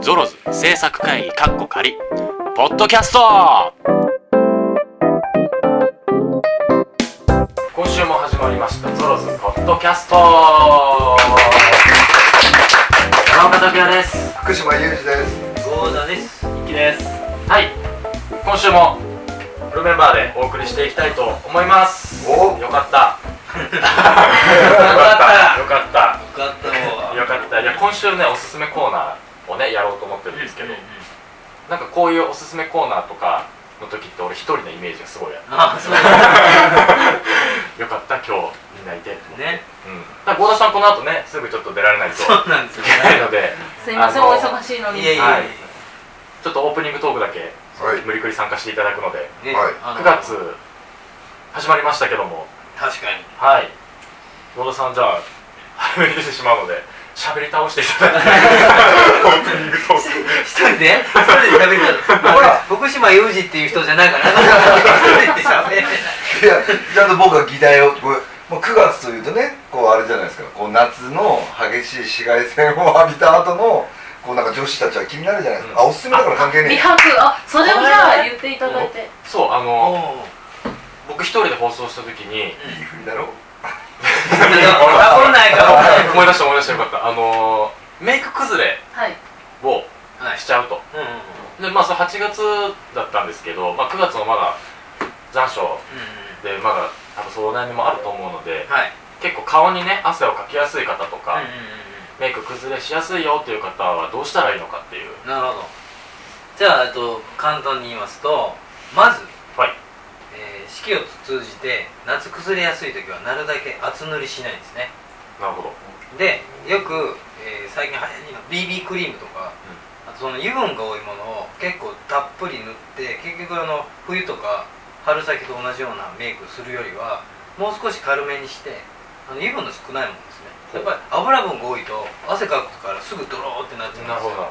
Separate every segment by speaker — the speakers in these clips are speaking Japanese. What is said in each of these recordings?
Speaker 1: ゾロズ制作会議カッコ仮ポッドキャスト今週も始まりましたゾロズポッドキャスト山岡拓也です
Speaker 2: 福島雄二です。
Speaker 3: ゴーダです。一輝です。
Speaker 1: はい今週もフルメンバーでお送りしていきたいと思います
Speaker 2: お
Speaker 1: よかった よかった
Speaker 3: よかったわ。
Speaker 1: よかったいや今週ねおすすめコーナーをねやろうと思ってるんですけど、なんかこういうおすすめコーナーとかの時って俺一人のイメージがすごいあ
Speaker 3: あ、そうだ
Speaker 1: るよかった今日みんないてうん
Speaker 3: ね。
Speaker 1: だから郷田さんこの後ねすぐちょっと出られないとい
Speaker 3: そうなんですよ
Speaker 1: けない
Speaker 3: ね。
Speaker 1: のです
Speaker 4: いません、
Speaker 1: あの
Speaker 4: お忙しいのに。
Speaker 3: いやい
Speaker 1: は
Speaker 3: や
Speaker 1: いちょっとオープニングトークだけ
Speaker 2: はい。
Speaker 1: 無理くり参加していただくので
Speaker 3: ね
Speaker 2: はい
Speaker 3: あの
Speaker 1: 9月始まりましたけども
Speaker 3: 確かに。
Speaker 1: はい郷田さんじゃあ早めに出てしまうので喋り倒していただい てオープニングトーク
Speaker 3: 一人で一人で喋るの。ほら、福島雄二っていう人じゃないから。一人で喋れない。
Speaker 2: いや、ちゃんと僕は議題を、これもう9月というとね、こうあれじゃないですか、こう夏の激しい紫外線を浴びた後の、こうなんか女子たちは気になるじゃないですか。
Speaker 1: うん
Speaker 2: あ、おすすめだから関係
Speaker 4: 美
Speaker 2: ねえ。
Speaker 4: 白、あ、それをじゃあ言っていただいて。
Speaker 1: そうあ
Speaker 3: お
Speaker 1: の
Speaker 3: お。
Speaker 1: 僕一人で放送した時に
Speaker 2: いいふりだろう。
Speaker 3: 怒んないか
Speaker 1: 思い出した思い出したよかったあのーメイク崩れ
Speaker 4: はい。
Speaker 1: を
Speaker 3: ら。はい
Speaker 1: し。ちゃうと
Speaker 3: うんうんうん。
Speaker 1: でまあそれ8月だったんですけど、まあ、9月のまだ残暑
Speaker 3: う
Speaker 1: でまだ多分そうお悩みもあると思うので
Speaker 3: ん。はい。
Speaker 1: 結構顔にね汗をかきやすい方と
Speaker 3: うん
Speaker 1: か、メイク崩れしやすいよっていう方はどうしたらいいのかっていう
Speaker 3: うんうん。なるほど。じゃあ、えっと、簡単に言いますと、まず。
Speaker 1: はい
Speaker 3: えー四季を通じて夏崩れやすい時はなるだけ厚塗りしないんですね
Speaker 1: なるほど
Speaker 3: でよく、えー最近流行りの BB クリームとか、あとその油分が多いものを結構たっぷり塗って結局あの冬とか春先と同じようなメイクするよりはもう少し軽めにしてあの油分の少ないものですねやっぱり油分が多いと汗かくからすぐドローってなっちゃ
Speaker 1: なる
Speaker 3: う
Speaker 1: ほどな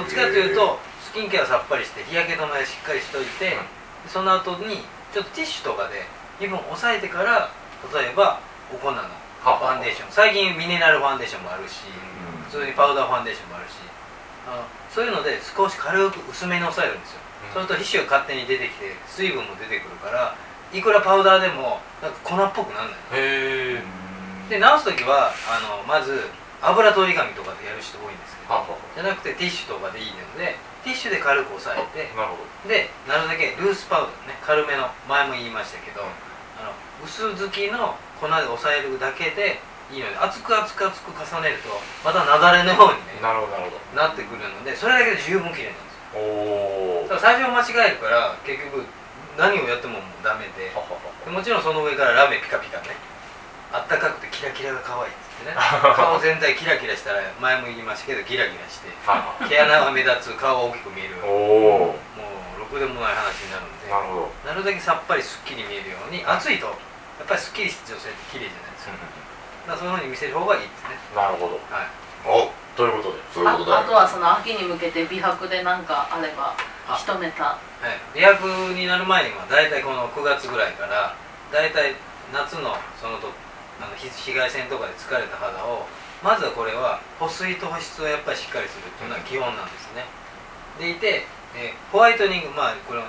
Speaker 1: ん
Speaker 3: ですよ
Speaker 1: るほ
Speaker 3: だからどっちかというとスキンケアさっぱりして日焼け止めしっかりしといて、その後にちょっとティッシュとかで油分を抑えてから例えばお粉
Speaker 1: ど
Speaker 3: の
Speaker 1: は
Speaker 3: ファンデーション最近ミネラルファンデーションもあるし普通にパウダーファンデーションもあるしあのそういうので少し軽く薄めに抑えるんですよ、
Speaker 1: うん
Speaker 3: そうすると皮脂が勝手に出てきて水分も出てくるからいくらパウダーでもなんか粉っぽくなんない
Speaker 1: へえ
Speaker 3: で直す時はあのまず油取り紙とかでやる人多いんですけど
Speaker 1: はは
Speaker 3: じゃなくてティッシュとかでいいのでティッシュで軽く押さえて
Speaker 1: なるほど
Speaker 3: でなるだけルースパウダーね軽めの前も言いましたけど、あの薄付きの粉で押さえるだけでいいので厚く厚く厚く重ねるとまた雪崩のようにね
Speaker 1: なるほどなるほ
Speaker 3: なってくるのでそれだけで十分綺麗なん
Speaker 1: どおお
Speaker 3: ですよだから最初間違えるから結局何をやってももうダメででもちろんその上からラメピカピカねあったかくてキラキラが可愛いっつ ってね顔全体キラキラしたら前も言いましたけどギラギラして
Speaker 1: は
Speaker 3: 毛穴が目立つ顔が大きく見える
Speaker 1: いお
Speaker 3: もう
Speaker 1: お
Speaker 3: ろくでもない話になるんで
Speaker 1: なるほど
Speaker 3: なるだけさっぱりすっきり見えるように暑いとやっぱりすっきりした女性って綺麗じゃないですかだからそういうふうに見せる方がいいですね
Speaker 1: なるほど
Speaker 3: はい
Speaker 2: お、
Speaker 1: ということで
Speaker 2: そういう
Speaker 4: あ
Speaker 2: ことだ
Speaker 4: あと
Speaker 2: よ。
Speaker 4: はその秋に向けて美白でなんかあれば
Speaker 3: あ、
Speaker 4: 一ネタ。
Speaker 3: はい、美白になる前には大体この9月ぐらいから大体夏のそのとあの日紫外線とかで疲れた肌をまずはこれは保水と保湿をやっぱりしっかりするっていうのは基本なんですねでいて、えーホワイトニングまあこれ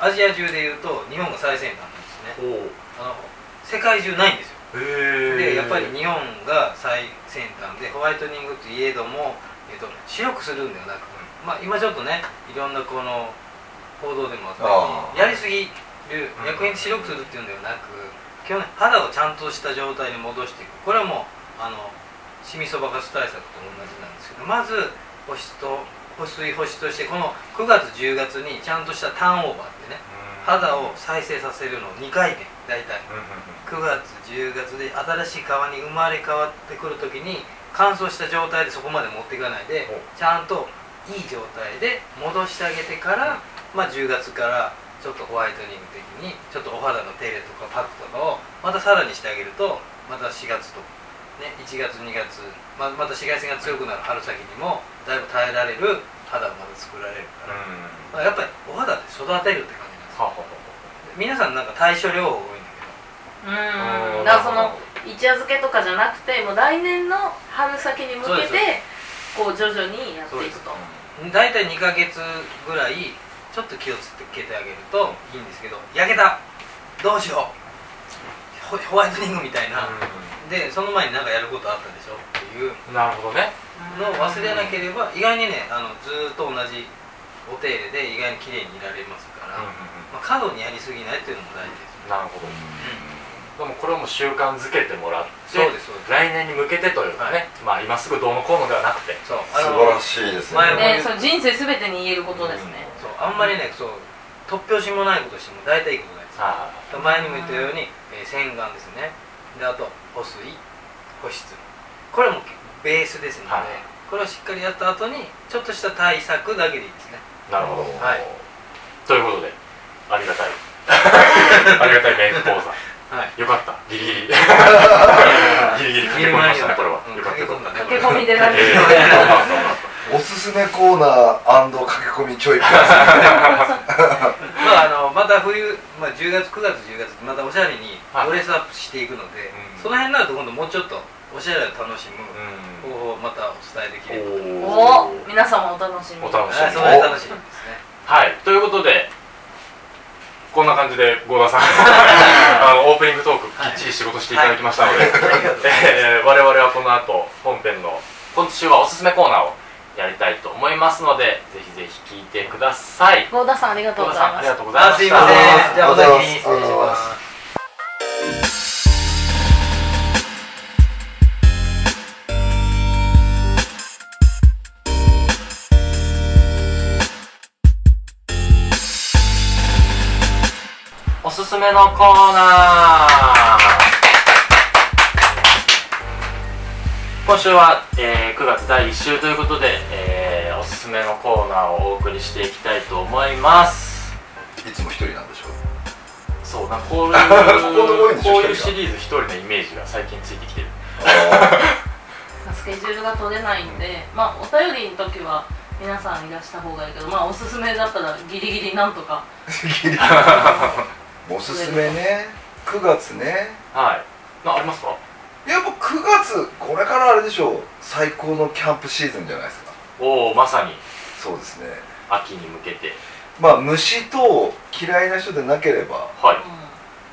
Speaker 3: アジア中でいうと日本が最先端なんですね
Speaker 1: おお
Speaker 3: あの世界中ないんですよ
Speaker 1: へえ
Speaker 3: でやっぱり日本が最先端でホワイトニングといえども、えっと白くするんではなく、まあ、今ちょっとねいろんなこの報道でもあったように
Speaker 2: ああ
Speaker 3: やりすぎる
Speaker 1: うん
Speaker 3: 薬品で白くするっていうんではなく基本肌をちゃんとした状態に戻していくこれはもうあのシミそばかす対策と同じなんですけどまず保湿と保水保湿としてこの9月10月にちゃんとしたターンオーバーってね肌を再生させるのを2回転大体
Speaker 1: うんうんうん
Speaker 3: 9月10月で新しい川に生まれ変わってくるときに乾燥した状態でそこまで持っていかないでちゃんといい状態で戻してあげてから、まあ、10月からちょっとホワイトニング的にちょっとお肌の手入れとかパックとかをまたさらにしてあげるとまた4月とね、1月2月ままた紫外線が強くなる春先にもだいぶ耐えられる肌をまた作られる
Speaker 1: うん
Speaker 3: から、
Speaker 1: は
Speaker 3: まあ、やっぱりお肌で育てるって感じなんです
Speaker 1: ははは
Speaker 3: よ皆さんなんか対処療法多いんだけど
Speaker 4: うーん。だからその、一夜漬けとかじゃなくて、もう来年の春先に向け
Speaker 3: そうです
Speaker 4: て、こう徐々にやっていくと。
Speaker 1: う
Speaker 3: 大体2ヶ月ぐらいちょっと気をつけてあげるといいんですけど焼けたどうしようホホワイトニングみたいな、でその前に何かやることあったでしょっていう
Speaker 1: なるほどね
Speaker 3: のを忘れなければ意外にねあのずーっと同じお手入れで意外に綺麗にいられますから、まあ、過度にやりすぎないっていうのも大事です
Speaker 1: なるほどでもこれはもう習慣づけてもらって
Speaker 3: そうですそうです
Speaker 1: 来年に向けてというかね、まあ今すぐどうのこうのではなくて
Speaker 3: そう
Speaker 2: 素晴らしいですね
Speaker 3: 前も
Speaker 4: ねそう人生すべてに言えることですね、
Speaker 3: そうあんまりねそう突拍子もないことしても大体いいことないです
Speaker 1: あ
Speaker 3: 前にも言ったように、えー洗顔ですねであと保水保湿これもベースですので、
Speaker 1: はい
Speaker 3: これをしっかりやった後にちょっとした対策だけでいいですね
Speaker 1: あなるほど
Speaker 3: はい
Speaker 1: ということでありがたい ありがたいメイク講座
Speaker 3: はい
Speaker 1: よかったギリギ リギリギリ駆け込みましたねこれは、
Speaker 3: うん
Speaker 1: よかったよかった
Speaker 3: 駆
Speaker 4: 駆け込みで
Speaker 1: え
Speaker 4: なくて、
Speaker 2: おすすめコーナー駆け込みちょいプラ
Speaker 3: まあ、あのまた冬、まあ、10月9月10月ってまたおしゃれに
Speaker 1: はい
Speaker 3: ドレスアップしていくので、
Speaker 1: うん
Speaker 3: その辺になると今度もうちょっとおしゃれを楽しむ
Speaker 1: ー
Speaker 3: 方法をまたお伝えできればと、
Speaker 1: うん
Speaker 4: お
Speaker 1: おー
Speaker 4: お皆様お楽しみに
Speaker 1: お楽しみ
Speaker 3: あ
Speaker 1: に
Speaker 3: それ楽しみですね
Speaker 1: はい、ということで、こんな感じで郷田さん、あのオープニングトーク、
Speaker 3: はい
Speaker 1: きっちり仕事していただきましたので、
Speaker 3: ありがとうございます
Speaker 1: えー我々はこの後、本編の今週はおすすめコーナーをやりたいと思いますので、ぜひぜひ聞いてください。
Speaker 4: 郷田さんありがとう
Speaker 1: 郷
Speaker 4: ご
Speaker 1: 田
Speaker 4: ざ
Speaker 1: さ
Speaker 4: い
Speaker 1: ん、あり
Speaker 4: ます
Speaker 1: がとうござい
Speaker 3: あ
Speaker 1: ました。
Speaker 3: すいませんじゃあお先に失礼します
Speaker 1: おすすめのコーナー今週は、えー9月第1週ということで、えーおすすめのコーナーをお送りしていきたいと思います
Speaker 2: スいつも一人なんでしょう
Speaker 1: そうなこうい
Speaker 2: ここの多
Speaker 1: う
Speaker 2: いんでしょ
Speaker 1: こういう
Speaker 2: 一人
Speaker 1: シ
Speaker 2: が
Speaker 1: リーズ一人のイメージが最近ついてきてる
Speaker 4: スケジュールが取れないんで、まあ、お便りの時は皆さんいらした方がいいけど、まあ、おすすめだったらギリギリなん とか
Speaker 2: おすすめね9月ね
Speaker 1: はいなありますか
Speaker 2: やっぱ9月これからあれでしょう最高のキャンプシーズンじゃないですか
Speaker 1: おおまさに
Speaker 2: そうですね
Speaker 1: 秋に向けて
Speaker 2: まあ虫と嫌いな人でなければ
Speaker 1: はい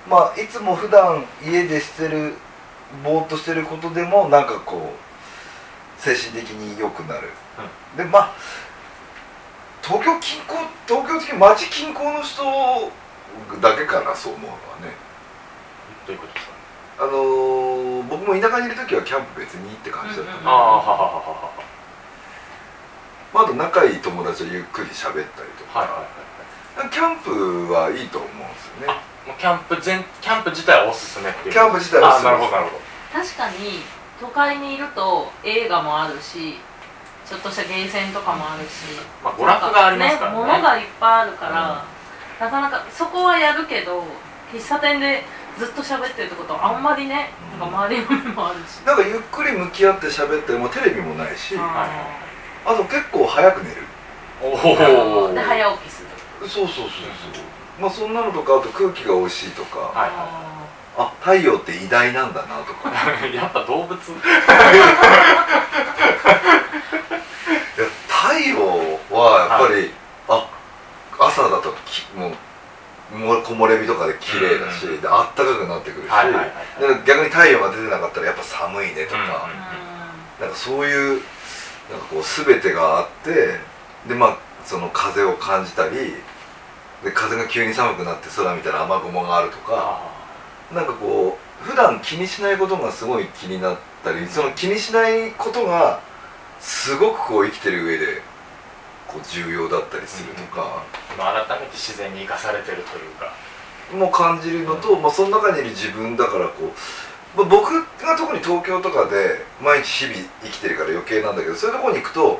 Speaker 2: まあいつも普段家でしてるぼーっとしてることでもなんかこう精神的に良くなる、でまあ東京近郊東京的町近郊の人だけかなそう思うのはね
Speaker 1: ということですかね
Speaker 2: あのー僕も田舎にいる時はキャンプ別にって感じだったんで、
Speaker 4: うんうん
Speaker 1: ああははははは
Speaker 2: まあ、あと仲いい友達とゆっくり喋ったりとか、
Speaker 1: はいはいはいはい
Speaker 2: キャンプはいいと思うんですよね
Speaker 1: もうキャンプ全キャンプ自体はおすすめっていう
Speaker 2: キャンプ自体はおすすめ
Speaker 1: あーなるほどなるほど
Speaker 4: 確かに都会にいると映画もあるしちょっとしたゲーセンとかもあるし、
Speaker 1: まあ娯楽がありますからね
Speaker 4: 物がいっぱいあるから、なかなかそこはやるけど喫茶店でずっと喋ってるってことはあんまりね、なんか周りの目もあるし、
Speaker 2: なんかゆっくり向き合って喋ってもうテレビもないし、あ
Speaker 1: はいはい
Speaker 2: と結構早く寝る
Speaker 1: おお
Speaker 4: で早起きする
Speaker 2: そうそうそうそうまあそんなのとかあと空気が美味しいとか、
Speaker 1: はい
Speaker 2: あ太陽って偉大なんだなとかい や
Speaker 1: やっぱ動物
Speaker 2: 太陽はやっぱり、あ朝だときもうもう木漏れ日とかで綺麗だし、
Speaker 1: うん
Speaker 2: であったかくなってくるし、
Speaker 1: はいはいはい
Speaker 2: で逆に太陽が出てなかったらやっぱ寒いねとか、なんかそういうなんかこう全てがあってでまあその風を感じたりで風が急に寒くなって空見たら雨雲があるとか
Speaker 1: あ
Speaker 2: なんかこう普段気にしないことがすごい気になったりその気にしないことがすごくこう生きてる上でこう重要だったりするとか、
Speaker 1: ーまあ改めて自然に生かされてるというか
Speaker 2: も感じるのと、まあ、その中にいる自分だからこう、まあ、僕が特に東京とかで毎日日々生きてるから余計なんだけどそういうところに行くと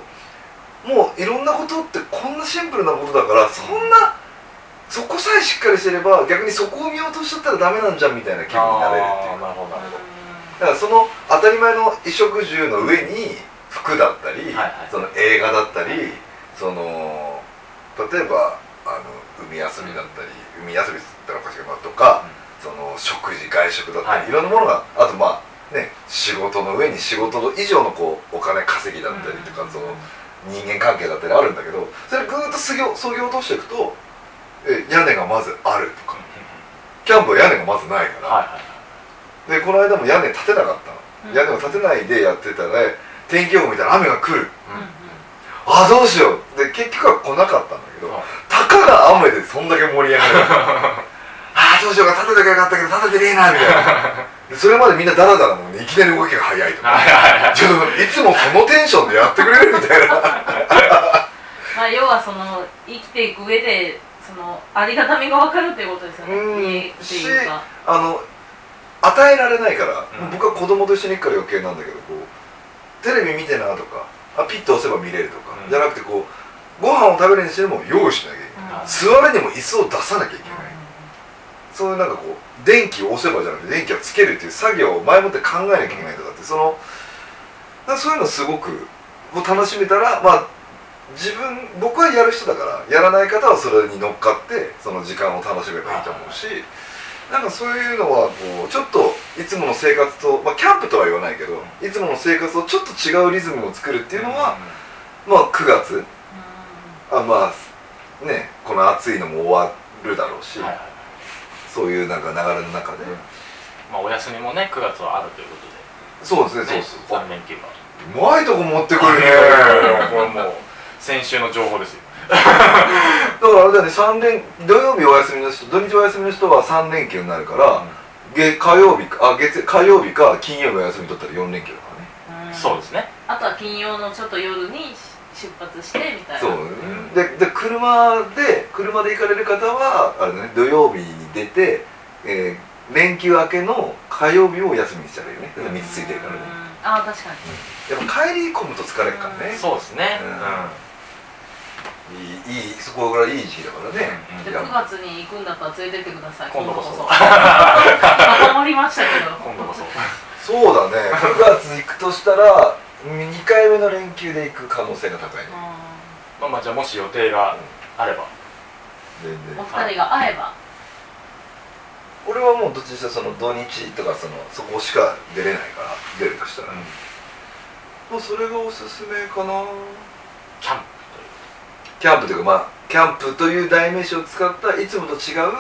Speaker 2: もういろんなことってこんなシンプルなことだからそんなそこさえしっかりしてれば逆にそこを見落としちゃったらダメなんじゃんみたいな気分になれるっていう
Speaker 1: あーなるほどなるほど
Speaker 2: だからその当たり前の衣食住の上に服だった
Speaker 1: は
Speaker 2: り、
Speaker 1: いはい
Speaker 2: その映画だったり、その例えばあの海遊びだったり、海遊びって言ったらおかしいけどまあとか、その食事外食だっ
Speaker 1: はい
Speaker 2: たり、い、ろんなものがあとまあね仕事の上に仕事以上のこうお金稼ぎだったりとか、その人間関係だったりあるんだけどそれぐーっとそぎょそぎ落としていくとえ屋根がまずあるとかキャンプは屋根がまずないから、
Speaker 1: はいはい
Speaker 2: でこの間も屋根建てなかった
Speaker 4: うん
Speaker 2: の屋根を建てないでやってたら、天気予報見たら雨が来る
Speaker 1: うん
Speaker 2: あどうしようで結局は来なかったんだけど、
Speaker 1: はい
Speaker 2: たかが雨でそんだけ盛り上がる ああどうしようか立てたきゃよかったけど立ててねえなみたい なでそれまでみんなダラダラなのにいきなり動きが早いとか
Speaker 1: はいはいはい
Speaker 2: ちょっといつもそのテンションでやってくれるみたいな
Speaker 4: まあ要はその生きていく上でそのありがたみが分かるっていうことですよね
Speaker 2: うん
Speaker 4: 家っていうか
Speaker 2: あの与えられないから、
Speaker 1: うん
Speaker 2: 僕は子供と一緒に行くから余計なんだけどこうテレビ見てなとかあピッと押せば見れるとか、
Speaker 1: うん
Speaker 2: じゃなくてこうご飯を食べるにしても用意しなきゃいけない、
Speaker 1: あ
Speaker 2: 座るにも椅子を出さなきゃいけない、そういうなんかこう電気を押せばじゃなくて電気をつけるっていう作業を前もって考えなきゃいけないとかってそのだからそういうのすごくこう楽しめたらまあ自分僕はやる人だからやらない方はそれに乗っかってその時間を楽しめばいいと思うしなんかそういうのはこうちょっといつもの生活と、まあ、キャンプとは言わないけどいつもの生活とちょっと違うリズムを作るっていうのは、まあ9月あまあねこの暑いのも終わるだろうし、
Speaker 1: はいはいはい
Speaker 2: そういうなんか流れの中で。
Speaker 1: まあお休みもね9月はあるということで
Speaker 2: そうですね、
Speaker 1: ね
Speaker 2: そうそう。
Speaker 1: 3連休は
Speaker 2: うまいとこ持ってくるね。
Speaker 1: これもう先週の情報ですよ
Speaker 2: だからあれだよね、三連土曜日お休みの人、土日お休みの人は三連休になるから、月火曜日かあ月火曜日か金曜日お休み取ったら四連休だからね。
Speaker 4: うん
Speaker 1: そうですね
Speaker 4: あとは金曜のちょっと夜に出発してみたいな
Speaker 2: そう
Speaker 4: うん、
Speaker 1: ん
Speaker 2: でで車で車で行かれる方はあれだね、土曜日に出て、えー連休明けの火曜日をお休みにしちゃうよね。だから三つついてるからね。
Speaker 4: ああ確か
Speaker 2: や
Speaker 4: に
Speaker 2: っぱ帰り込むと疲れるからね。
Speaker 1: そうですね
Speaker 2: う
Speaker 1: うんん
Speaker 2: いいいいそこがいい時期だからね。
Speaker 1: うん
Speaker 4: で
Speaker 2: いや
Speaker 4: 9月に行くんだったら連れてってください
Speaker 1: 今度こそ
Speaker 4: まとまりましたけど
Speaker 1: 今度こそ
Speaker 2: そ うだね9月行くとしたら2回目の連休で行く可能性が高いね
Speaker 4: う
Speaker 1: まあまあじゃあもし予定があれば
Speaker 2: 全
Speaker 4: んお
Speaker 2: 然
Speaker 4: 二人が会えば
Speaker 2: 俺はもうどっちにしてもその土日とかそのそこしか出れないから出るとしたら、もうそれがおすすめかな
Speaker 1: キャンプ
Speaker 2: キャンプというかまあキャンプという代名詞を使ったいつもと違う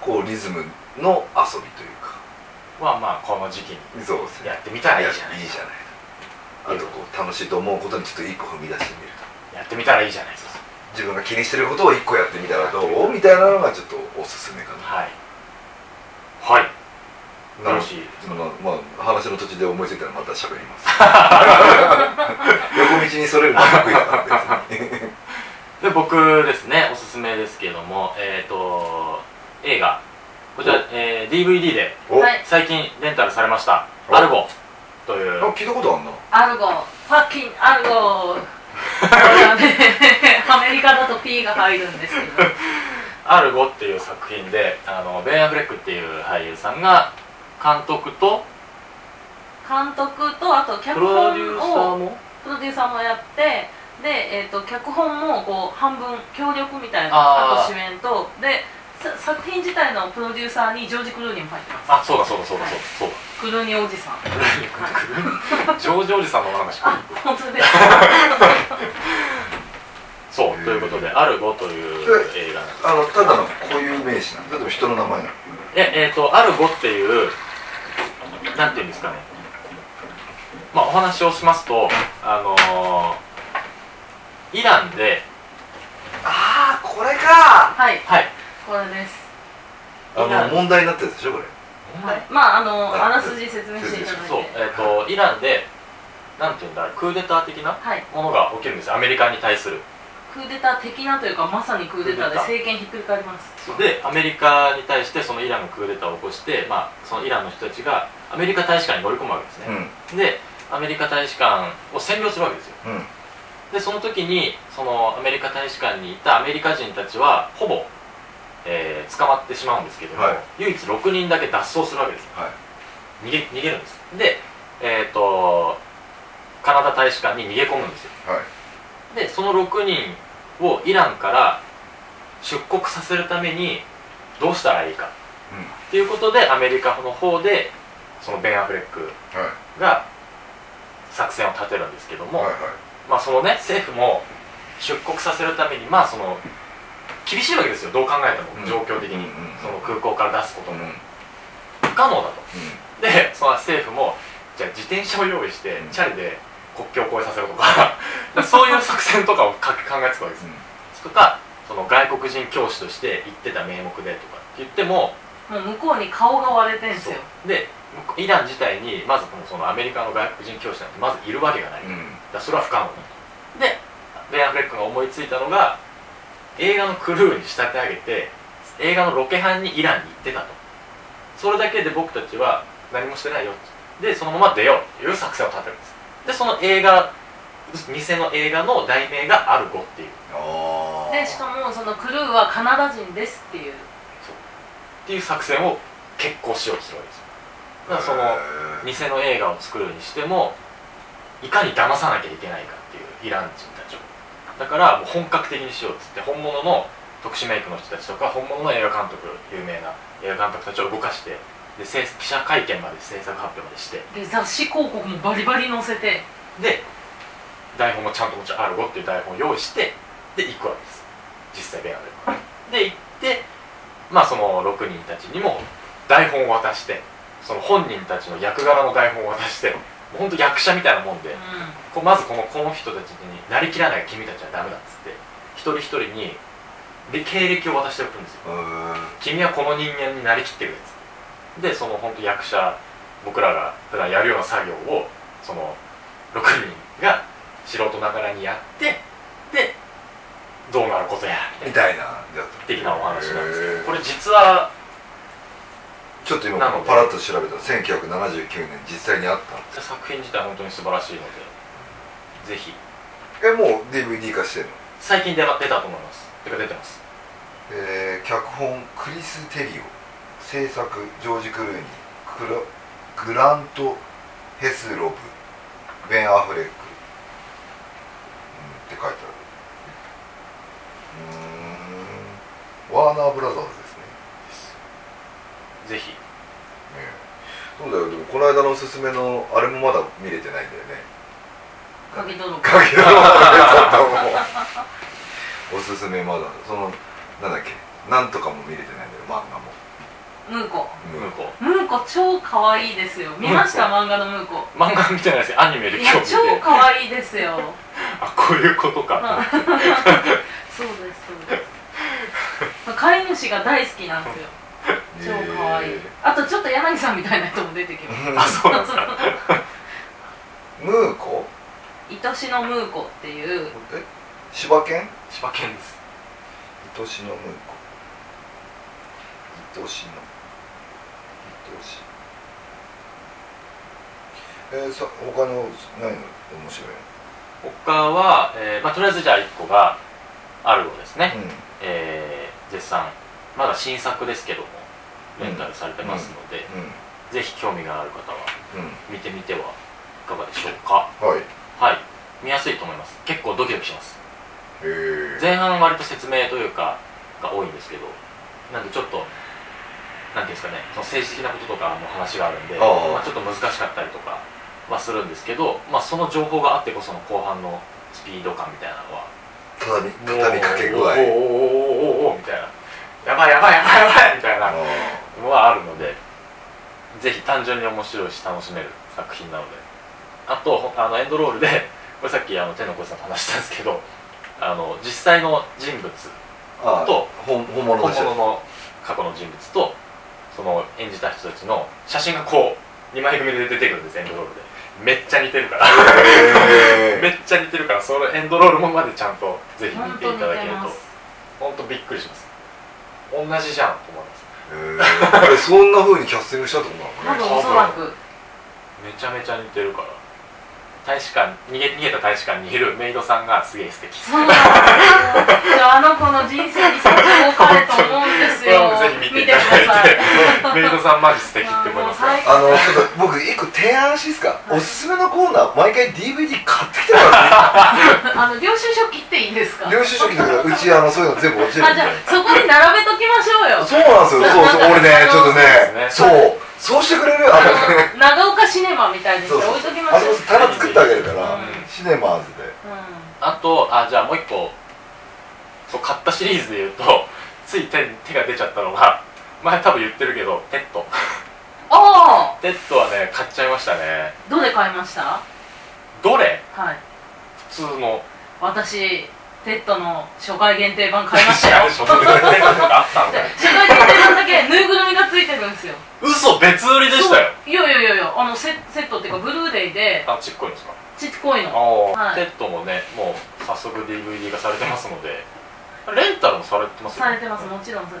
Speaker 2: こうリズムの遊びというか
Speaker 1: というはまあこの時期に
Speaker 2: そうです
Speaker 1: やってみたらいいじゃないい
Speaker 2: いじゃないあとこう楽しいと思うことにちょっと一歩踏み出してみると
Speaker 1: やってみたらいいじゃないですか
Speaker 2: 自分が気にしてることを一個やってみたらどうみたいなのがちょっとおすすめかな
Speaker 1: はいはい
Speaker 2: なる
Speaker 1: 楽しい
Speaker 2: そのまあ話の途中で思いついたらまた喋ります横道にそれるのは得意だから別に
Speaker 1: で僕ですねおすすめですけれどもえっ、と映画こちら、えー DVD で
Speaker 2: お、
Speaker 4: はい
Speaker 1: 最近レンタルされました「
Speaker 2: お
Speaker 1: アルゴ」という
Speaker 2: あ聞いたことあんな
Speaker 4: アルゴファッキンアルゴあのねアメリカだと P が入るんですけど
Speaker 1: 「アルゴ」っていう作品であのベン・アフレックっていう俳優さんが監督と
Speaker 4: 監督とあと
Speaker 1: プ
Speaker 4: 脚
Speaker 1: ロデューサ
Speaker 4: 本
Speaker 1: ー
Speaker 4: を
Speaker 1: も
Speaker 4: プロデューサーもやってで、えー、と脚本もこう半分協力みたいな
Speaker 1: あー
Speaker 4: あと主演とでさ作品自体のプロデューサーにジョージ・クルーニーも入ってま
Speaker 1: あそうだそうだそうだそうだそうだ
Speaker 4: すクルーニーおじさん
Speaker 1: ジョージおじさんの話
Speaker 4: あ本当です
Speaker 1: そう
Speaker 2: へー
Speaker 1: ということで「アルゴ」という映画なんです
Speaker 2: あのただの固有名詞なんだけど人の名前なの
Speaker 1: でえっ、と「アルゴ」っていうなんていうんですかねまあお話をしますとあのーイランで
Speaker 2: ああこれか
Speaker 4: はい
Speaker 1: はい
Speaker 4: これです、
Speaker 2: あの問題になったやつでしょこれ
Speaker 4: はい、まああの
Speaker 2: あ
Speaker 4: あらすじ説明していただいて
Speaker 1: そうえっ、とイランでなんていうんだろうクーデター的な
Speaker 4: はい
Speaker 1: ものが起きるんですよアメリカに対する
Speaker 4: クーデター的なというかまさにクーデターで政権ひっくり返ります
Speaker 1: でアメリカに対してそのイランがクーデターを起こして、まあ、そのイランの人たちがアメリカ大使館に乗り込むわけですね、
Speaker 2: う
Speaker 1: でアメリカ大使館を占領するわけですよ
Speaker 2: んうん
Speaker 1: でその時にそのアメリカ大使館にいたアメリカ人たちはほぼ、えー捕まってしまうんですけども、
Speaker 2: はい
Speaker 1: 唯一6人だけ脱走するわけですよ
Speaker 2: はい
Speaker 1: 逃げ逃げるんですでえっ、とカナダ大使館に逃げ込むんですよ
Speaker 2: はい
Speaker 1: でその6人をイランから出国させるためにどうしたらいいかっていうことでアメリカの方でそのベン・アフレック
Speaker 2: はい
Speaker 1: が作戦を立てるんですけども、
Speaker 2: はいはい
Speaker 1: ままあ、そのね政府も出国させるためにまあその厳しいわけですよどう考えても
Speaker 2: うん
Speaker 1: 状況的に、
Speaker 2: うん
Speaker 1: その空港から出すこと
Speaker 2: うん
Speaker 1: も
Speaker 2: うん
Speaker 1: 不可能だとでその政府もじゃあ自転車を用意してチャリで国境を越えさせるとか そういう作戦とかをか考えつくわけですとかその外国人教師として行ってた名目でとかって言っても
Speaker 4: もう向こうに顔が割れてんす
Speaker 1: そう
Speaker 4: よ
Speaker 1: で向こうイラン自体にまずこのそのアメリカの外国人教師なんてまずいるわけがない、
Speaker 2: うんう
Speaker 1: だか
Speaker 2: ん
Speaker 1: らそれは不可能だとでベン・アフレックが思いついたのが映画のクルーに仕立て上げて映画のロケ班にイランに行ってたとそれだけで僕たちは何もしてないよでそのまま出ようという作戦を立てるんですでその映画偽の映画の題名が「アルゴ」っていう
Speaker 2: ああ
Speaker 4: でしかもそのクルーはカナダ人ですっていう
Speaker 1: っていう作戦を決行しようとするわけですよだからその偽の映画を作るにしてもいかに騙さなきゃいけないかっていうイラン人たちをだからもう本格的にしようっつって本物の特殊メイクの人たちとか本物の映画監督有名な映画監督たちを動かしてで制記者会見まで制作発表までして
Speaker 4: で雑誌広告もバリバリ載せて
Speaker 1: で台本もちゃんともちろんアルゴっていう台本を用意してで行くわけです実際ベアでで行ってまあその6人たちにも台本を渡してその本人たちの役柄の台本を渡してもうほんと役者みたいなもんで
Speaker 4: う
Speaker 1: こうまずこのこの人たちになりきらない君たちはダメだっつって一人一人にで経歴を渡しておくんですよ君はこの人間になりきってくれっつってでその本当役者僕らが普段やるような作業をその6人が素人ながらにやってでどうなることやら
Speaker 2: み
Speaker 1: みたいな
Speaker 2: たいなやつ
Speaker 1: 的なお話なんですけ
Speaker 2: へー
Speaker 1: どこれ実は
Speaker 2: ちょっと今
Speaker 1: なので
Speaker 2: パラッと調べたら1979年実際にあった
Speaker 1: 作品自体本当に素晴らしいのでぜひ
Speaker 2: えもう DVD 化してるの
Speaker 1: 最近出た出たと思いますてか出てます
Speaker 2: えー脚本クリス・テリオ制作ジョージ・クルーニークラグラント・ヘスロブベン・アフレック、うん、って書いてあるうーんワーナー・ブラザーズですね
Speaker 1: ぜひ
Speaker 2: ねそうだよでもこの間のおすすめのあれもまだ見れてないんだよね
Speaker 4: ん鍵泥棒
Speaker 2: かけろおすすめまだそのなんだっけなんとかも見れてないんだよ漫画も、
Speaker 4: ムーコ
Speaker 2: うん
Speaker 1: 向こう
Speaker 4: ムーコ超可愛いですよ見ました漫画のムーコ
Speaker 1: 漫画見てないですよアニメで
Speaker 4: い
Speaker 1: 今日
Speaker 4: や
Speaker 1: 見て
Speaker 4: 超可愛いですよ
Speaker 1: あこういうことか、
Speaker 4: まあ そうですそうですまあ飼い主が大好きなんですよ超可愛い、
Speaker 2: え
Speaker 4: あとちょっと柳さんみたいな人も出てきます
Speaker 1: あそ
Speaker 2: ー
Speaker 1: うなんですか
Speaker 2: ムーコ
Speaker 4: 愛しのムーコっていう
Speaker 2: え柴犬
Speaker 1: 千葉県です
Speaker 2: 愛しのムーコ愛しの愛しえー、さ他のないの面白
Speaker 1: 他は、えーまあ、とりあえずじゃあ1個がアルゴですね、
Speaker 2: いの、うん、
Speaker 1: えー絶賛まだ新作ですけどもレンタルされてますので、ぜひ興味がある方は
Speaker 2: うん
Speaker 1: 見てみてはいかがでしょうか
Speaker 2: うんはい
Speaker 1: はい見やすいと思います結構ドキドキします
Speaker 2: えー
Speaker 1: 前半割と説明というかが多いんですけどなんでちょっとなんていうんですかねその政治的なこととかの話があるんで
Speaker 2: ああ
Speaker 1: まあ、ちょっと難しかったりとかはするんですけど、まあ、その情報があってこその後半のスピード感みたいなのは
Speaker 2: 畳み畳みかけ具合
Speaker 1: おーおーおーおーおーおーみたいなやばいやばいやばいやばいみたいな
Speaker 2: あ
Speaker 1: のはあるのでぜひ単純に面白いし楽しめる作品なのであとほあのエンドロールでこれさっきあの天の声さんと話したんですけどあの実際の人物
Speaker 2: ーあー
Speaker 1: と
Speaker 2: 本本物
Speaker 1: 本
Speaker 2: の人
Speaker 1: 物の過去の人物とその演じた人たちの写真がこう2枚組で出てくるんですエンドロールでめっちゃ似てるから
Speaker 2: へ
Speaker 1: めっちゃ似てるからそのエンドロールもまでちゃんとぜひ見
Speaker 4: 本
Speaker 1: てい
Speaker 4: 当に
Speaker 1: ただ
Speaker 4: 似
Speaker 1: け
Speaker 4: て
Speaker 1: る
Speaker 4: ま
Speaker 1: と
Speaker 4: す
Speaker 1: 本当びっくりします同じじゃんと思います
Speaker 2: ーえーそんな風にキャスティングしたってことな
Speaker 4: 多
Speaker 2: のね
Speaker 4: 分おそらく
Speaker 1: めちゃめちゃ似てるから大使館逃げ逃げた大使館にいるメイドさんがすげえ素 敵
Speaker 4: そうなんですよあの子の人生にさ動かれと思うんですよ
Speaker 1: これもぜひ見てい
Speaker 4: 見
Speaker 1: た
Speaker 4: てくだ
Speaker 1: だ
Speaker 4: さ
Speaker 1: い
Speaker 4: い
Speaker 1: て メイドさんマジ素敵って思い
Speaker 4: も
Speaker 1: ま
Speaker 4: う
Speaker 1: すから
Speaker 4: 最高
Speaker 2: あのちょっと僕一個提案していいですか、
Speaker 4: はい
Speaker 2: おすすめのコーナー毎回 DVD 買ってきてもらっ
Speaker 4: あの領収書切っていいんです か
Speaker 2: ていい領収書記だからうちあのそういうの全部落ちる
Speaker 4: あ
Speaker 2: ん
Speaker 4: じ
Speaker 2: で
Speaker 4: ゃあそこに並べときましょうよ
Speaker 2: そうなんですよそうそう俺ねちょっとね
Speaker 1: そ
Speaker 2: そううそうしてくれるあのね
Speaker 4: 長岡シネマみたいにして
Speaker 2: そう
Speaker 4: 置
Speaker 2: そう
Speaker 4: いときま
Speaker 2: あ
Speaker 4: し
Speaker 2: そ
Speaker 4: ょ
Speaker 2: こ
Speaker 4: う
Speaker 2: 棚作ってあげるから
Speaker 1: うん
Speaker 2: しシネマーズで
Speaker 1: あとあじゃあもう一個そう買ったシリーズで言うとつい手に手が出ちゃったのが前多分言ってるけどテッド
Speaker 4: ああ
Speaker 1: テッドはね買っちゃいましたね
Speaker 4: どれ買いました
Speaker 1: どれ
Speaker 4: はい
Speaker 1: 普通の
Speaker 4: 私テッドの初回限定版買いまし たよ
Speaker 1: 初回限定版とかあったの
Speaker 4: で 初回限定版だけぬいぐるみがついてるんですよ
Speaker 1: 嘘別売りでしたよ
Speaker 4: いやいやいやいやあのセセットっていうかブルーレイで
Speaker 1: あちっこいんですか
Speaker 4: ちっこいの
Speaker 1: あ
Speaker 4: はい
Speaker 1: テッドもねもう早速 DVD がされてますのでレンタルもされてますよ
Speaker 4: されてますもちろんされてま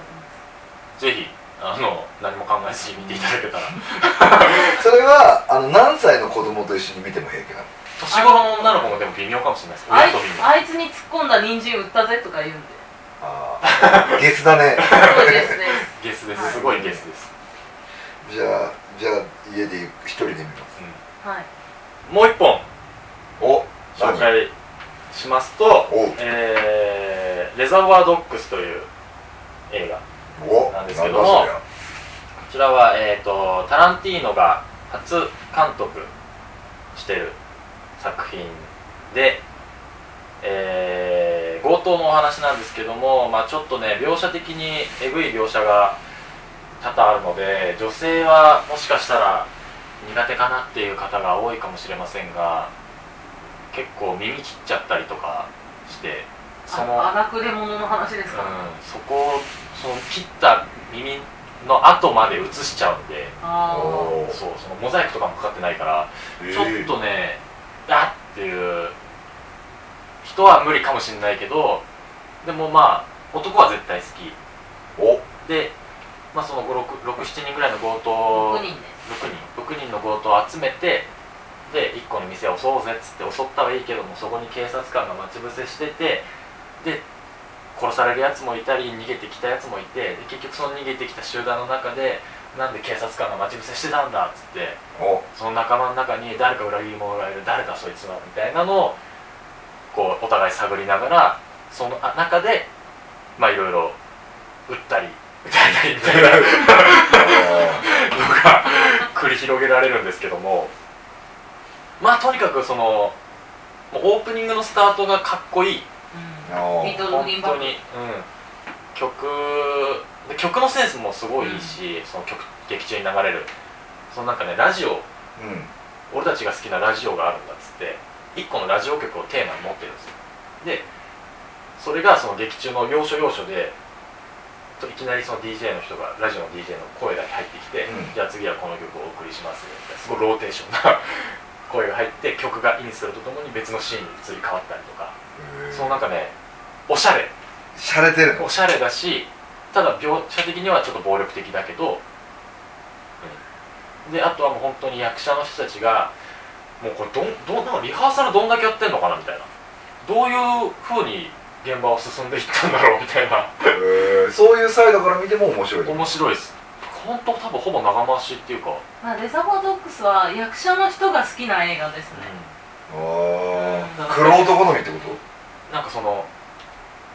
Speaker 4: す
Speaker 1: ぜひあの何も考えずに見ていただけた ら
Speaker 2: それはあの何歳の子供と一緒に見ても平気なの
Speaker 1: 年頃の女の子もでも微妙かもしれないです
Speaker 4: あい
Speaker 1: 親と見るの
Speaker 4: あいつに突っ込んだ人参売ったぜとか言うんで
Speaker 2: ああ ゲスだね
Speaker 4: すごいですね
Speaker 1: ゲスで
Speaker 4: はい
Speaker 1: すすごいゲスです、
Speaker 2: じゃあじゃあ家で一人で見ます
Speaker 4: はい
Speaker 1: うんもう一本
Speaker 2: お
Speaker 1: 紹
Speaker 2: 何
Speaker 1: 介しますと
Speaker 2: おう
Speaker 1: 「えーレザーバードッグス」という映画こ
Speaker 2: お
Speaker 1: なん
Speaker 2: 何
Speaker 1: ですけどもちらは、えー、とタランティーノが初監督してる作品で、えー強盗のお話なんですけども、まあ、ちょっとね描写的にえぐい描写が多々あるので女性はもしかしたら苦手かなっていう方が多いかもしれませんが結構耳切っちゃったりとかしてその
Speaker 4: あ荒くれ者の話ですか、
Speaker 1: うん、そこをその切った耳の後まで映しちゃうんで
Speaker 4: ああ
Speaker 2: おー
Speaker 1: そうそのモザイクとかもかかってないから、
Speaker 2: え
Speaker 1: ちょっ
Speaker 2: ー
Speaker 1: とねあっっていう人は無理かもしれないけどでもまあ男は絶対好き
Speaker 2: お
Speaker 1: で、まあ、その67人ぐらいの強盗
Speaker 4: 6
Speaker 1: 6
Speaker 4: 人
Speaker 1: 人6人
Speaker 4: で
Speaker 1: の強盗を集めてで1個の店を襲おうぜっつって襲ったはいいけどもそこに警察官が待ち伏せしててで殺されるやつもいたり逃げてきたやつもいてで結局その逃げてきた集団の中でなんで警察官が待ち伏せしてたんだっつって
Speaker 2: お
Speaker 1: その仲間の中に誰か裏切り者がいる誰だそいつはみたいなのをこうお互い探りながらそのあ中でまあいろいろ撃ったり撃たれたりみたいなのが 繰り広げられるんですけどもまあとにかくそのもうオープニングのスタートがかっこいい
Speaker 2: お
Speaker 4: ミドル
Speaker 1: 本
Speaker 4: ギンバ
Speaker 1: 当
Speaker 4: ック
Speaker 1: に、うん、曲で曲のセンスもすごいいいし、その曲劇中に流れるそのなんかねラジオ
Speaker 2: うん
Speaker 1: 俺たちが好きなラジオがあるんだっつって1個のラジオ局をテーマに持ってるんですよでそれがその劇中の要所要所でといきなりその DJ の人がラジオの DJ の声だけ入ってきて、
Speaker 2: うん
Speaker 1: じゃあ次はこの曲をお送りしますねみたいなすごいローテーションな 声が入って曲がインするとともに別のシーンに移り変わったりとか、
Speaker 2: えー
Speaker 1: そのなんかねおしゃれ
Speaker 2: 洒落てるの
Speaker 1: おしゃれだしただ描写的にはちょっと暴力的だけど、うんであとはもう本当に役者の人たちがもうこれどんどんなんかリハーサルどんだけやってんのかなみたいなどういうふうに現場を進んでいったんだろうみたいな
Speaker 2: えーそういうサイドから見ても面白い
Speaker 1: 面白いです本当多分ほぼ長回しっていうか、
Speaker 4: まあ、レザーバードックスは役者の人が好きな映画ですね、
Speaker 2: ああ黒男好みってこと
Speaker 1: なんかその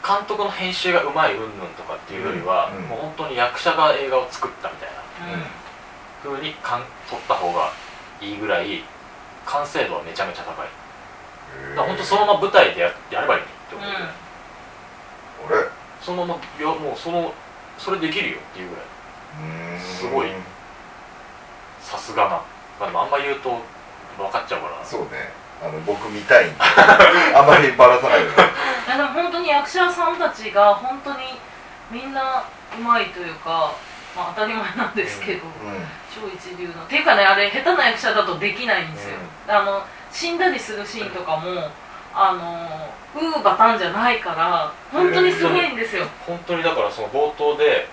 Speaker 1: 監督の編集がうまい云々とかっていうよりは、
Speaker 2: うんうん
Speaker 1: もう本当に役者が映画を作ったみたいな風にかん撮った方がいいぐらい完成度はめちゃめちゃ高いだから本当そのまま舞台でややればいいって
Speaker 4: うん、
Speaker 1: 思
Speaker 4: う
Speaker 1: う、
Speaker 4: ん、
Speaker 2: あれ
Speaker 1: そのままいやもうそのそれできるよっていうぐらいう
Speaker 2: ーん
Speaker 1: すごいさすがな、まあ、でもあんま言うと分かっちゃうから
Speaker 2: そうねあの僕見たいんであまりバラさないでね
Speaker 4: いやでも本当に役者さんたちが本当にみんなうまいというか、まあ、当たり前なんですけど、超一流のっていうかねあれ下手な役者だとできないんですよ、あの死んだりするシーンとかもあのウーバタンじゃないから本当にすごいんですよ、
Speaker 1: 本当にだからその冒頭で、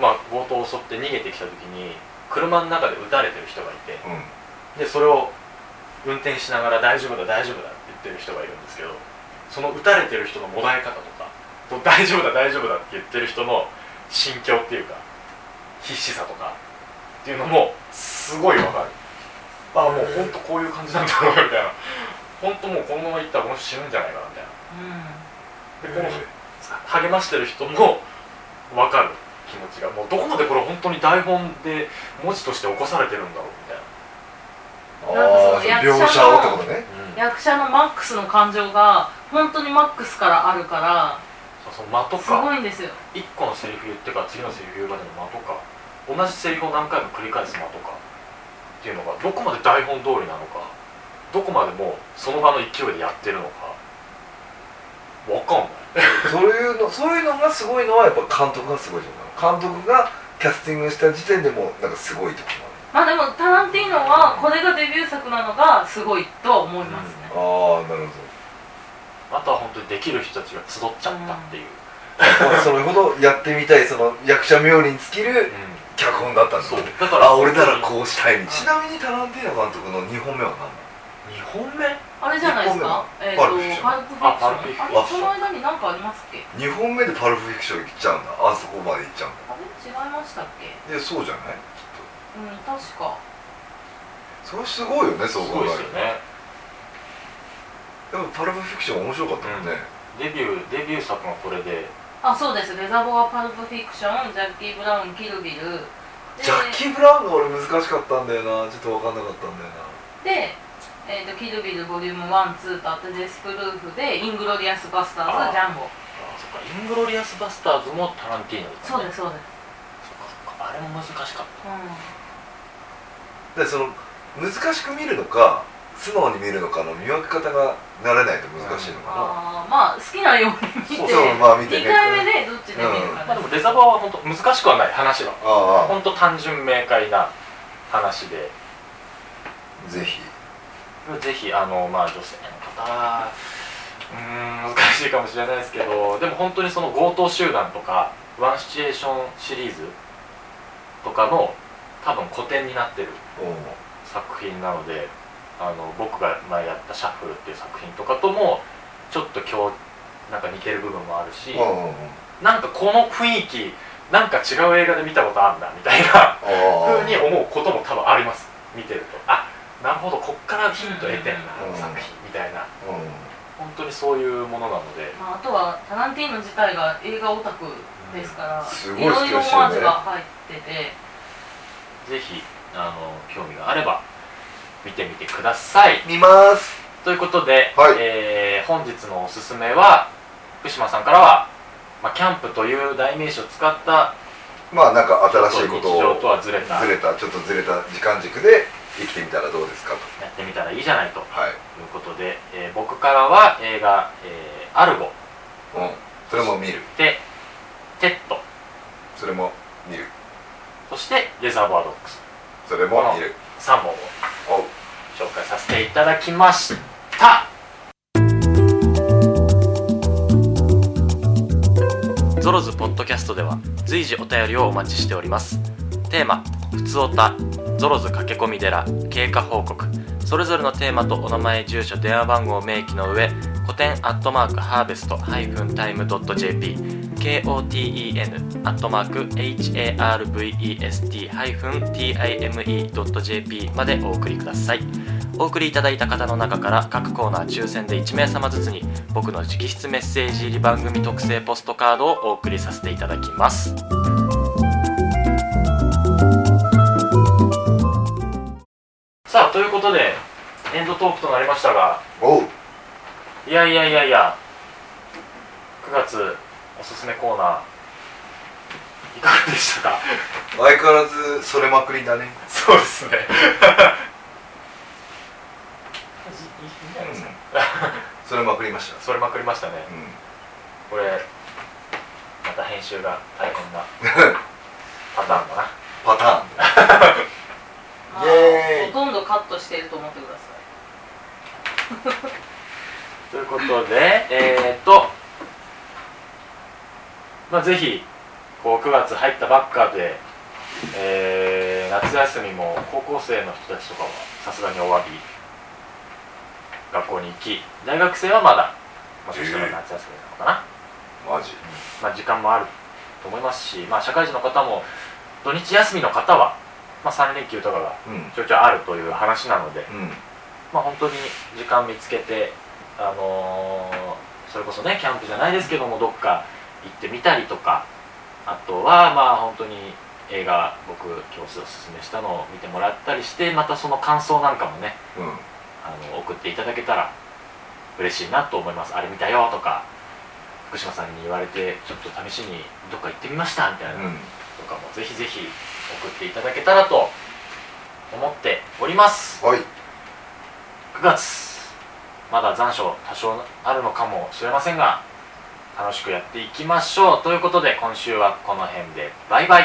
Speaker 1: まあ、強盗を襲って逃げてきた時に車の中で撃たれてる人がいて
Speaker 2: うんうん
Speaker 1: でそれを運転しながら大丈夫だ大丈夫だって言ってる人がいるんですけどその撃たれてる人のもだえ方とかと大丈夫だ大丈夫だって言ってる人の心境っていうか必死さとかっていうのもすごいわかるあもう本当こういう感じなんだろうなみたいな本当もうこのままいったらこの人死ぬんじゃないかなみたいなでこの励ましてる人もわかる気持ちがもうどこまでこれ本当に台本で文字として起こされてるんだろうみたいな
Speaker 2: ああ
Speaker 4: なんかそ
Speaker 2: 描
Speaker 4: の
Speaker 2: 写をってことね
Speaker 1: うん
Speaker 4: 役者のマックスの感情が本当にマックスからあるか
Speaker 1: そうそう間と
Speaker 4: らすご
Speaker 1: か
Speaker 4: いんですよ
Speaker 1: 一個のセリフ言ってから次のセリフ言うまでの間とか同じセリフを何回も繰り返す間とかっていうのがどこまで台本通りなのかどこまでもうその場の勢いでやってるのかわかんない
Speaker 2: そういうのそういうのがすごいのはやっぱ監督がすごいと思う監督がキャスティングした時点でもうなんかすごいとこ
Speaker 4: まあでもタランティーノはこれがデビュー作なのがすごいとは思いますね、
Speaker 2: なのああなるほ
Speaker 1: あとは本当にできる人たちが集っちゃったっていう、
Speaker 2: どまあそれほどやってみたいその役者冥利に尽きる脚本だったんだ
Speaker 1: そうだから
Speaker 2: あ俺ならこうしたいにちなみにタランティーノ監督の2本目は
Speaker 1: 2本目
Speaker 4: あれじゃないですかえっ、
Speaker 2: パル
Speaker 4: と
Speaker 2: プフィクション
Speaker 4: パルプフィクショ
Speaker 1: あパルプフ
Speaker 4: ン
Speaker 1: ィクション
Speaker 4: あれその間に何かありますっけ
Speaker 2: 何2本目でパルプフィクション行っちゃうんだあそこまで行っちゃうん
Speaker 4: あれ違いましたっけ
Speaker 2: だいやそうじゃない
Speaker 4: うん確か
Speaker 2: それすごいよね
Speaker 1: す
Speaker 2: そう
Speaker 1: ご
Speaker 2: 考
Speaker 1: いで
Speaker 2: え
Speaker 1: す
Speaker 2: る
Speaker 1: よ
Speaker 2: と
Speaker 1: ね
Speaker 2: やっぱパルプフィクション面白かったもんね、
Speaker 1: デビューデビュー作がこれで
Speaker 4: あそうですレザボア・パルプフィクションジャッキー・ブラウン・キルビルで
Speaker 2: ジャッキー・ブラウンが俺難しかったんだよなちょっと分かんなかったんだよ
Speaker 4: で、えーと「キルビルボリューム12とあって「デスプルーフ」で「イングロリアス・バスタ
Speaker 1: あ
Speaker 4: ーズ」「ジャン
Speaker 1: あ
Speaker 4: ボ
Speaker 1: そっかイングロリアス・バスターズもタランティーノだっ」た
Speaker 4: そ
Speaker 1: ね
Speaker 4: うですそうです、
Speaker 1: そっかそっかあれも難しかった
Speaker 2: な
Speaker 4: う
Speaker 2: でその難しく見るのか素直に見るのかの見分け方が慣れないと難しいの
Speaker 4: ん、
Speaker 2: か
Speaker 4: あーまあ好きなように見て
Speaker 2: な、そうまあ見てね
Speaker 4: 2回目でどっちで見る
Speaker 1: ま
Speaker 4: か
Speaker 1: あ、
Speaker 4: な、
Speaker 1: でもレザバーは本当難しくはない話は
Speaker 2: あ
Speaker 1: 本当単純明快な話で
Speaker 2: あぜひ
Speaker 1: ぜひあの、まあ、女性の方うーん難しいかもしれないですけどでも本当にその強盗集団とかワンシチュエーションシリーズとかの多分古典になってる
Speaker 2: おう
Speaker 1: 作品なのであの僕が前やった「シャッフル」っていう作品とかともちょっと今日なんか似てる部分もあるし
Speaker 2: うんうんうん
Speaker 1: なんかこの雰囲気なんか違う映画で見たことあるんだみたいな
Speaker 2: あ
Speaker 1: ふ
Speaker 2: あ
Speaker 1: うに思うことも多分あります見てるとあなるほどこっからヒント得てんなあ
Speaker 2: うん
Speaker 1: の作品みたいな
Speaker 2: う
Speaker 1: 本当にそういうものなので
Speaker 4: まあ、あとはタランティーノ自体が映画オタクですから、
Speaker 2: す
Speaker 4: い
Speaker 2: ごい
Speaker 4: ろ
Speaker 2: 好
Speaker 4: い
Speaker 2: き
Speaker 4: ろ
Speaker 2: で
Speaker 4: オマ
Speaker 2: すよ
Speaker 4: ー
Speaker 2: ね
Speaker 4: ジュが入ってて
Speaker 1: ぜひあの興味があれば見てみてください
Speaker 2: ん見ます
Speaker 1: ということで、
Speaker 2: はい
Speaker 1: えー本日のおすすめは福島さんからは、まあ、キャンプという代名詞を使った
Speaker 2: まあなんか新しいこと
Speaker 1: 日常
Speaker 2: を
Speaker 1: とはずれた
Speaker 2: ず
Speaker 1: や
Speaker 2: れたちょっとずれた時間軸で生きてみたらどうですかと
Speaker 1: ってみたらいいじゃないという
Speaker 2: はい、
Speaker 1: ことで、えー僕からは映画「えーアルゴ
Speaker 2: うん、それも見る」
Speaker 1: で「テッド
Speaker 2: それも見る」
Speaker 1: そして「レザーバードックス」
Speaker 2: それも見る
Speaker 1: 3本を
Speaker 2: おう
Speaker 1: 紹介させていただきましたゾロズポッドキャストでは随時お便りをお待ちしておりますテーマ「ふつおた」「ゾロズ駆け込み寺」「経過報告」それぞれのテーマとお名前住所電話番号を明記の上古典アットマークハーベストハイフンタイムドット JP KOTEN アットマーク HARVEST ハイフン TIME ドット JP までお送りくださいお送りいただいた方の中から各コーナー抽選で1名様ずつに僕の直筆メッセージ入り番組特製ポストカードをお送りさせていただきますさあということでエンドトークとなりましたが
Speaker 2: おう
Speaker 1: いやいやいやいや9月おすすめコーナーいかがでしたか
Speaker 2: 相変わらずそれまくりだね
Speaker 1: そうですね
Speaker 2: それまくりました
Speaker 1: それまくりましたね
Speaker 2: う
Speaker 1: これまた編集が大変なパターンだな
Speaker 2: パターン
Speaker 4: まあ
Speaker 2: イエーイ
Speaker 4: ほとんどカットしてると思ってください
Speaker 1: ということでえー、っとまあぜひこう9月入ったばっかで、えー夏休みも高校生の人たちとかはさすがにお詫び学校に行き大学生はまだもしかしたら夏休みなのかな、
Speaker 2: マジ
Speaker 1: まあ、時間もあると思いますし、まあ、社会人の方も土日休みの方は、まあ、3連休とかが
Speaker 2: うん
Speaker 1: ちょいちょいあるという話なので、
Speaker 2: うん
Speaker 1: まあ、本当に時間見つけて、あのーそれこそねキャンプじゃないですけどもどっか行ってみたりとかあとはまあ本当に映画僕今日おすすめしたのを見てもらったりしてまたその感想なんかもね
Speaker 2: うん
Speaker 1: あの送っていただけたら嬉しいなと思いますあれ見たよとか福島さんに言われてちょっと試しにどっか行ってみましたみたいなのとかもぜひぜひ送っていただけたらと思っております
Speaker 2: はい
Speaker 1: 9月まだ残暑多少あるのかもしれませんが楽しくやっていきましょうということで今週はこの辺でバイバイ